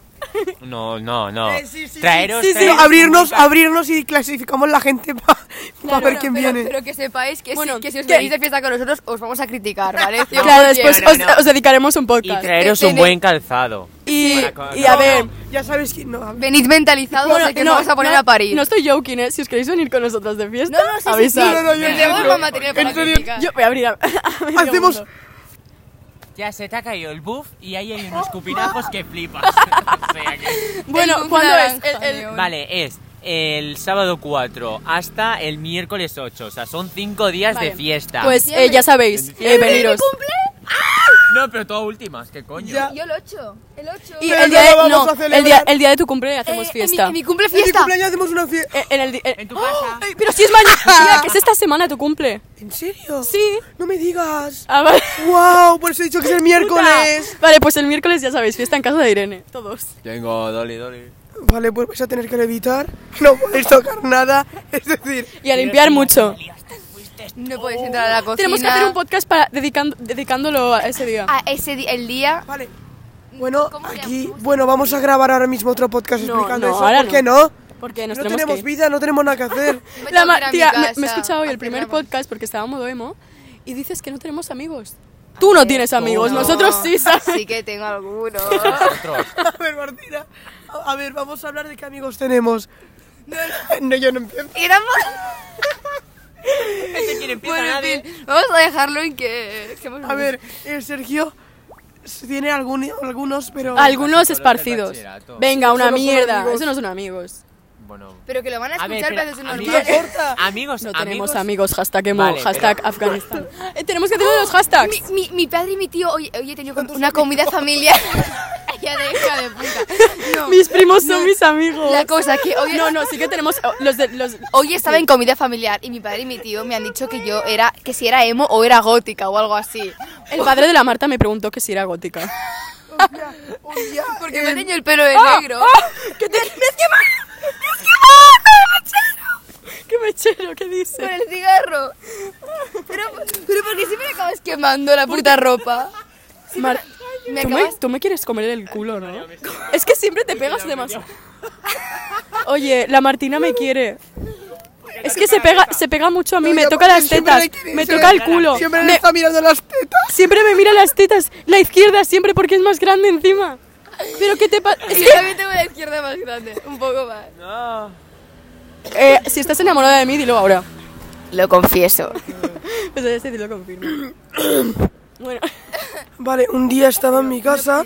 Speaker 5: No, no, no.
Speaker 2: Eh, sí, sí, sí.
Speaker 5: traeros.
Speaker 1: Sí, sí,
Speaker 5: traeros-
Speaker 2: abrirnos, abrirnos y clasificamos la gente para ver quién
Speaker 3: pero,
Speaker 2: viene.
Speaker 3: Pero que sepáis que,
Speaker 1: Bueno,
Speaker 3: si, que si os
Speaker 1: que-
Speaker 3: venís de fiesta con nosotros, os vamos a
Speaker 1: [laughs]
Speaker 3: criticar, ¿vale? Cien por
Speaker 1: Claro,
Speaker 3: cien.
Speaker 1: después
Speaker 5: no,
Speaker 1: os,
Speaker 5: no.
Speaker 1: os dedicaremos un
Speaker 5: Y
Speaker 1: podcast.
Speaker 5: traeros
Speaker 3: Tenéis-
Speaker 5: un buen calzado.
Speaker 1: Y,
Speaker 5: Para-
Speaker 1: y a
Speaker 2: No,
Speaker 1: ver...
Speaker 2: no, ya sabes quién no. a ver.
Speaker 3: Venid mentalizados
Speaker 1: bueno,
Speaker 3: de que nos vamos a poner
Speaker 1: no-
Speaker 3: a parir.
Speaker 1: No estoy joking, ¿eh? Si os queréis venir con nosotros de fiesta,
Speaker 3: No, no, sí, sí,
Speaker 1: avisad.
Speaker 2: sí, no, no, yo-
Speaker 3: Tenemos más material para
Speaker 2: En serio.
Speaker 3: criticar.
Speaker 1: Yo voy a [laughs] abrir a, a medio
Speaker 2: Hacemos-
Speaker 1: mundo.
Speaker 5: Ya se te ha caído el buff y ahí hay unos cupinazos que flipas. O sea que-
Speaker 1: Bueno,
Speaker 3: mundo
Speaker 1: ¿cuándo es?
Speaker 3: naranja,
Speaker 1: El- el-
Speaker 3: Dios.
Speaker 5: Vale, es el sábado 4 hasta el miércoles 8. O sea, son cinco días de
Speaker 1: Vale.
Speaker 5: fiesta.
Speaker 1: Pues eh, ya sabéis, eh, veniros.
Speaker 5: No, pero todas últimas, ¿qué coño?
Speaker 2: Ya.
Speaker 3: Yo el 8. El 8.
Speaker 1: Y
Speaker 2: Pero
Speaker 1: el
Speaker 2: no
Speaker 1: día,
Speaker 2: lo
Speaker 1: de,
Speaker 2: vamos
Speaker 1: no,
Speaker 2: a celebrar.
Speaker 1: el, día, el día de tu cumpleaños hacemos fiesta.
Speaker 3: En mi, cumple
Speaker 2: En mi
Speaker 3: fiesta.
Speaker 2: cumpleaños hacemos una fiesta.
Speaker 1: Eh, en el di- eh,
Speaker 5: En tu casa.
Speaker 1: ¡Ay! pero si es mañana. Mira, que es esta semana tu cumple.
Speaker 2: ¿En serio?
Speaker 1: Sí.
Speaker 2: No me digas.
Speaker 1: Ah, vale.
Speaker 2: Wow, por eso he dicho que es el miércoles.
Speaker 1: Vale, pues el miércoles ya sabéis, fiesta en casa de Irene. Todos.
Speaker 5: Tengo Dolly Dolly.
Speaker 2: Vale, pues vais a tener que levitar. No podéis tocar nada. Es decir,
Speaker 1: Y a limpiar mucho.
Speaker 3: No podéis entrar a la cocina.
Speaker 1: Oh. Tenemos que hacer un podcast para dedicando- dedicándolo a ese día.
Speaker 3: A Ah, ese día, el día.
Speaker 2: vale. Bueno,
Speaker 3: ¿Cómo se
Speaker 2: aquí,
Speaker 3: llama?
Speaker 2: bueno, vamos a grabar ahora mismo otro podcast
Speaker 1: No,
Speaker 2: explicando
Speaker 1: no,
Speaker 2: eso.
Speaker 1: ahora
Speaker 2: ¿Por qué
Speaker 1: no.
Speaker 2: no?
Speaker 1: Porque nos
Speaker 2: no
Speaker 1: tenemos
Speaker 2: tenemos
Speaker 1: que ir.
Speaker 2: vida, no
Speaker 1: [laughs]
Speaker 2: tenemos nada que hacer.
Speaker 3: Me
Speaker 1: La
Speaker 3: tengo
Speaker 1: ma-
Speaker 3: que ir a mi
Speaker 1: tía, me,
Speaker 3: casa
Speaker 1: me he escuchado hoy
Speaker 3: a
Speaker 1: el primer
Speaker 3: hacer la-
Speaker 1: podcast porque estaba modo emo y dices que no tenemos amigos. Tú no tienes amigos, nosotros sí, ¿sabes?
Speaker 3: Ah, Sí que tengo alguno.
Speaker 2: a ver, Martina. A a ver, vamos a hablar de qué amigos tenemos. No, yo no empiezo.
Speaker 3: Éramos.
Speaker 5: Este quiere
Speaker 3: [laughs]
Speaker 5: empieza
Speaker 3: Bueno,
Speaker 5: nadie.
Speaker 3: en fin, vamos a dejarlo en que. que hemos-
Speaker 2: A ver, eh, Sergio s- tiene algún- algunos,
Speaker 1: [laughs]
Speaker 2: pero...
Speaker 1: Algunos
Speaker 5: Solo del
Speaker 1: esparcidos.
Speaker 5: bachillerato.
Speaker 1: Venga, una
Speaker 2: Eso no son
Speaker 1: mierda.
Speaker 2: amigos.
Speaker 1: Eso no son amigos.
Speaker 5: Bueno.
Speaker 3: Pero que lo van a
Speaker 5: A ver,
Speaker 3: escuchar,
Speaker 5: espera,
Speaker 3: pero es un [laughs]
Speaker 5: amigos,
Speaker 3: normal.
Speaker 5: amigos,
Speaker 1: No tenemos
Speaker 5: amigos.
Speaker 1: amigos. Hashtag emo.
Speaker 5: Vale,
Speaker 1: hashtag
Speaker 5: pero-
Speaker 1: Afganistán. Eh, tenemos que tener los hashtags.
Speaker 3: Mi, mi, mi padre y mi tío hoy, hoy he tenido como una comida
Speaker 1: [laughs]
Speaker 3: familiar. [laughs] ya de hija de puta. No.
Speaker 1: Mis primos son mis amigos.
Speaker 3: La cosa que hoy,
Speaker 1: No, no, sí que tenemos oh, los de los.
Speaker 3: hoy estaba en comida familiar y mi padre y mi tío me han dicho que yo era que si era emo o era gótica o
Speaker 1: [laughs]
Speaker 3: algo así.
Speaker 1: El padre de la Marta me preguntó que si era gótica.
Speaker 2: Hostia,
Speaker 3: Porque
Speaker 2: eh,
Speaker 3: me teño el pelo de negro.
Speaker 1: ¿Qué Ah,
Speaker 3: [laughs]
Speaker 1: te [laughs] ¡Ah, ¡Qué mechero! ¿Qué
Speaker 3: [laughs] Con
Speaker 1: dice?
Speaker 3: el cigarro. Pero, pero porque siempre me acabas quemando la puta [laughs] ropa.
Speaker 1: Mar-
Speaker 3: Me
Speaker 1: ¿tú, me,
Speaker 3: acabas-
Speaker 1: tú me quieres comer el culo, ¿no? Es que siempre te pegas de más. Oye, la Martina me quiere. Es que se pega, se pega mucho a mí,
Speaker 2: No,
Speaker 1: me
Speaker 2: y
Speaker 1: toca
Speaker 2: aparte
Speaker 1: las
Speaker 2: siempre
Speaker 1: tetas,
Speaker 2: le quiere-
Speaker 1: me
Speaker 2: siempre
Speaker 1: toca
Speaker 2: le-
Speaker 1: el culo,
Speaker 2: Siempre le
Speaker 1: me-
Speaker 2: está mirando las tetas.
Speaker 1: siempre me mira las tetas, la izquierda siempre porque es más grande encima. Pero qué te pasa?
Speaker 3: [laughs] Yo también tengo la izquierda más grande, un poco más.
Speaker 1: Eh, si estás enamorada de mí, dilo ahora.
Speaker 3: Lo confieso.
Speaker 1: Pues ya sé, te lo confirmo. Bueno,
Speaker 2: Vale, un día estaba en mi casa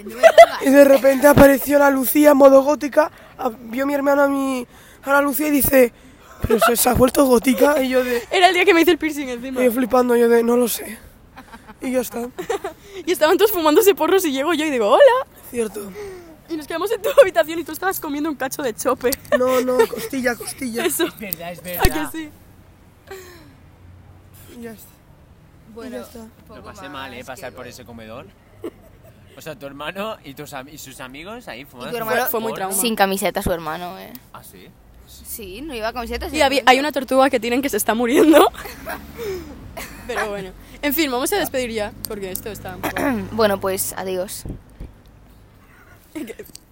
Speaker 2: y de repente apareció la Lucía en modo gótica. A- Vio mi hermano a, mi, a la Lucía y dice, pero se, se ha vuelto gótica. Y yo de,
Speaker 1: era el día que me hice el piercing encima.
Speaker 2: y yo flipando, yo de, no lo sé. Y ya está,
Speaker 1: Y estaban todos fumándose porros y llego yo y digo, hola.
Speaker 2: cierto.
Speaker 1: Y nos quedamos en tu habitación y tú estabas comiendo un cacho de chope.
Speaker 2: No, no, costilla, costilla.
Speaker 1: Eso.
Speaker 4: verdad, es
Speaker 1: ¿A que sí?
Speaker 2: Ya está.
Speaker 3: Bueno,
Speaker 2: ya está.
Speaker 3: poco
Speaker 5: Lo pasé
Speaker 3: más
Speaker 5: mal, ¿eh?
Speaker 3: que
Speaker 5: Pasar por
Speaker 3: bueno.
Speaker 5: ese comedor. O sea, tu hermano y, tus am- y sus amigos ahí fumando.
Speaker 3: tu hermano-
Speaker 1: Fue muy
Speaker 5: porro.
Speaker 1: trauma.
Speaker 3: Sin camiseta su hermano, eh.
Speaker 5: Ah, sí.
Speaker 3: Sí, no iba con camiseta.
Speaker 1: Y había- hay una tortuga que tienen que se está muriendo. Pero bueno. En fin, vamos a despedir ya, porque esto está un poco-
Speaker 3: [coughs] Bueno, pues adiós.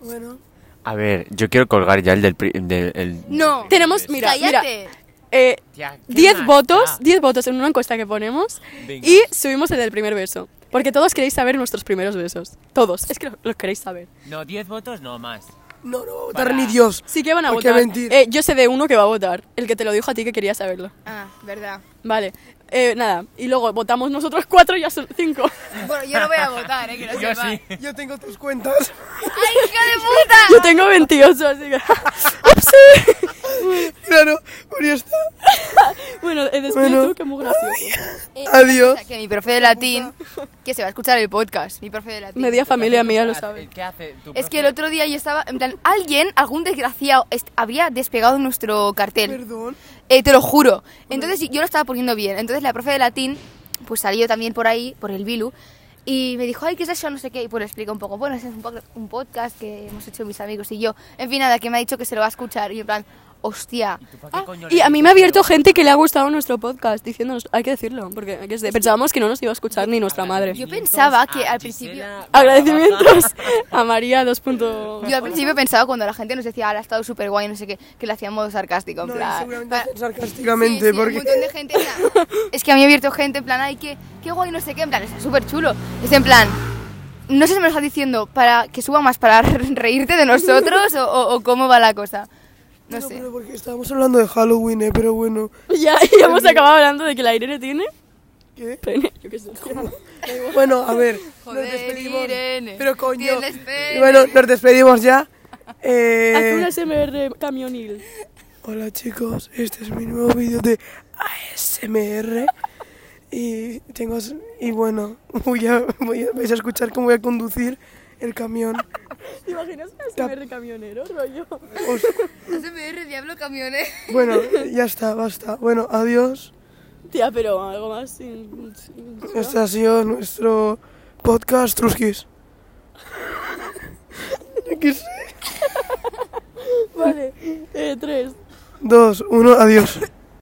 Speaker 2: Bueno.
Speaker 5: A ver, yo quiero colgar ya el del. pri- del- el-
Speaker 3: No. Pues
Speaker 1: Tenemos, mira, mira,
Speaker 3: Cállate.
Speaker 1: eh,
Speaker 5: Pues, Tía, ¿qué
Speaker 1: 10
Speaker 5: más Ah,
Speaker 1: votos,
Speaker 5: da?
Speaker 1: 10 votos en una encuesta que ponemos
Speaker 5: Venga.
Speaker 1: y subimos el del primer beso. Porque todos queréis saber nuestros primeros besos. Todos, es que los queréis saber.
Speaker 5: No, 10 votos no más.
Speaker 2: No, no va a votar ni Dios.
Speaker 1: Sí que van a
Speaker 2: ¿Por qué
Speaker 1: votar.
Speaker 2: mentir?
Speaker 1: Eh, yo sé de uno que va a votar, el que te lo dijo a ti que quería saberlo.
Speaker 3: Ah, verdad.
Speaker 1: Vale, eh, nada, y luego votamos nosotros cuatro y ya son cinco.
Speaker 3: Bueno, yo no voy a votar, eh, que lo
Speaker 5: [laughs] Yo
Speaker 3: sepa.
Speaker 5: sí.
Speaker 2: Yo tengo tus cuentas. [laughs]
Speaker 3: ¡Ay, hija de puta! [laughs]
Speaker 1: Yo tengo 28, así que... [laughs] ¡Upsi!
Speaker 2: Claro, por pues está.
Speaker 1: Bueno, eh, despide
Speaker 2: Bueno.
Speaker 1: tú, que muy gracioso.
Speaker 2: Adiós.
Speaker 3: Que mi profe de latín, que se va a escuchar el podcast, mi profe de latín.
Speaker 1: Media familia mía lo sabe.
Speaker 5: ¿Qué hace? tu
Speaker 3: Es
Speaker 5: profe?
Speaker 3: que el otro día yo estaba, en plan, alguien, algún desgraciado, est- había despegado nuestro cartel.
Speaker 2: Perdón.
Speaker 3: Eh, te lo juro. Entonces yo lo estaba poniendo bien. Entonces la profe de latín, pues salió también por ahí, por el Bilu, y me dijo, ay, ¿qué es eso? No sé qué. Y pues le explico un poco. Bueno, ese es un, po- un podcast que hemos hecho mis amigos y yo. En fin, nada, que me ha dicho que se lo va a escuchar. Y en plan, hostia.
Speaker 5: ¿Tú pa' qué
Speaker 1: Ah,
Speaker 5: coño
Speaker 1: y
Speaker 5: le
Speaker 1: a mí
Speaker 5: dices
Speaker 1: me ha abierto
Speaker 5: eso?
Speaker 1: gente que le ha gustado nuestro podcast, diciéndonos, hay que decirlo, porque hay que decir- pensábamos que no nos iba a escuchar ni nuestra madre.
Speaker 3: Yo pensaba que
Speaker 5: A
Speaker 3: al
Speaker 5: Gisela
Speaker 1: Agradecimientos a María 2. punto-
Speaker 3: Yo al principio pensaba cuando la gente nos decía, ahora ha estado súper guay, no sé qué, que lo hacía en modo sarcástico, en
Speaker 2: No, y
Speaker 3: plan.
Speaker 2: seguramente
Speaker 3: "Ah,
Speaker 2: hacen sarcásticamente,
Speaker 3: sí, sí,
Speaker 2: porque.
Speaker 3: un montón de gente. en plan, es que a mí me ha abierto gente en plan, ay, qué, qué guay, no sé qué, en plan, está súper chulo. Es en plan, no sé si me lo estás diciendo para que suba más para [laughs] reírte de nosotros o, o- o cómo va la cosa. No sé.
Speaker 2: pero porque estábamos hablando de Halloween, eh, pero bueno.
Speaker 1: Ya, y hemos acabado hablando de que la Irene tiene
Speaker 2: ¿Qué?
Speaker 1: pene. Yo qué sé.
Speaker 2: Bueno, a ver.
Speaker 3: Joder,
Speaker 2: nos despedimos.
Speaker 3: Irene,
Speaker 2: Pero coño.
Speaker 3: tienes pene.
Speaker 2: Y bueno, nos despedimos ya. Eh,
Speaker 1: Haz una SMR camionil.
Speaker 2: Hola chicos, este es mi nuevo vídeo de ASMR. Y tengo. Y bueno, voy a, voy a- vais a escuchar cómo voy a conducir el camión.
Speaker 1: ¿Te imaginas un SMR camionero, rollo?
Speaker 2: Os-
Speaker 3: [laughs] SMR, diablo, camiones.
Speaker 2: bueno, ya está, basta. Bueno, adiós.
Speaker 1: Tía, pero algo más sin... sin-
Speaker 2: Este ha sido nuestro podcast Truskis. [laughs] ¿Qué sé?
Speaker 1: Vale, eh, tres.
Speaker 2: Dos, uno, adiós.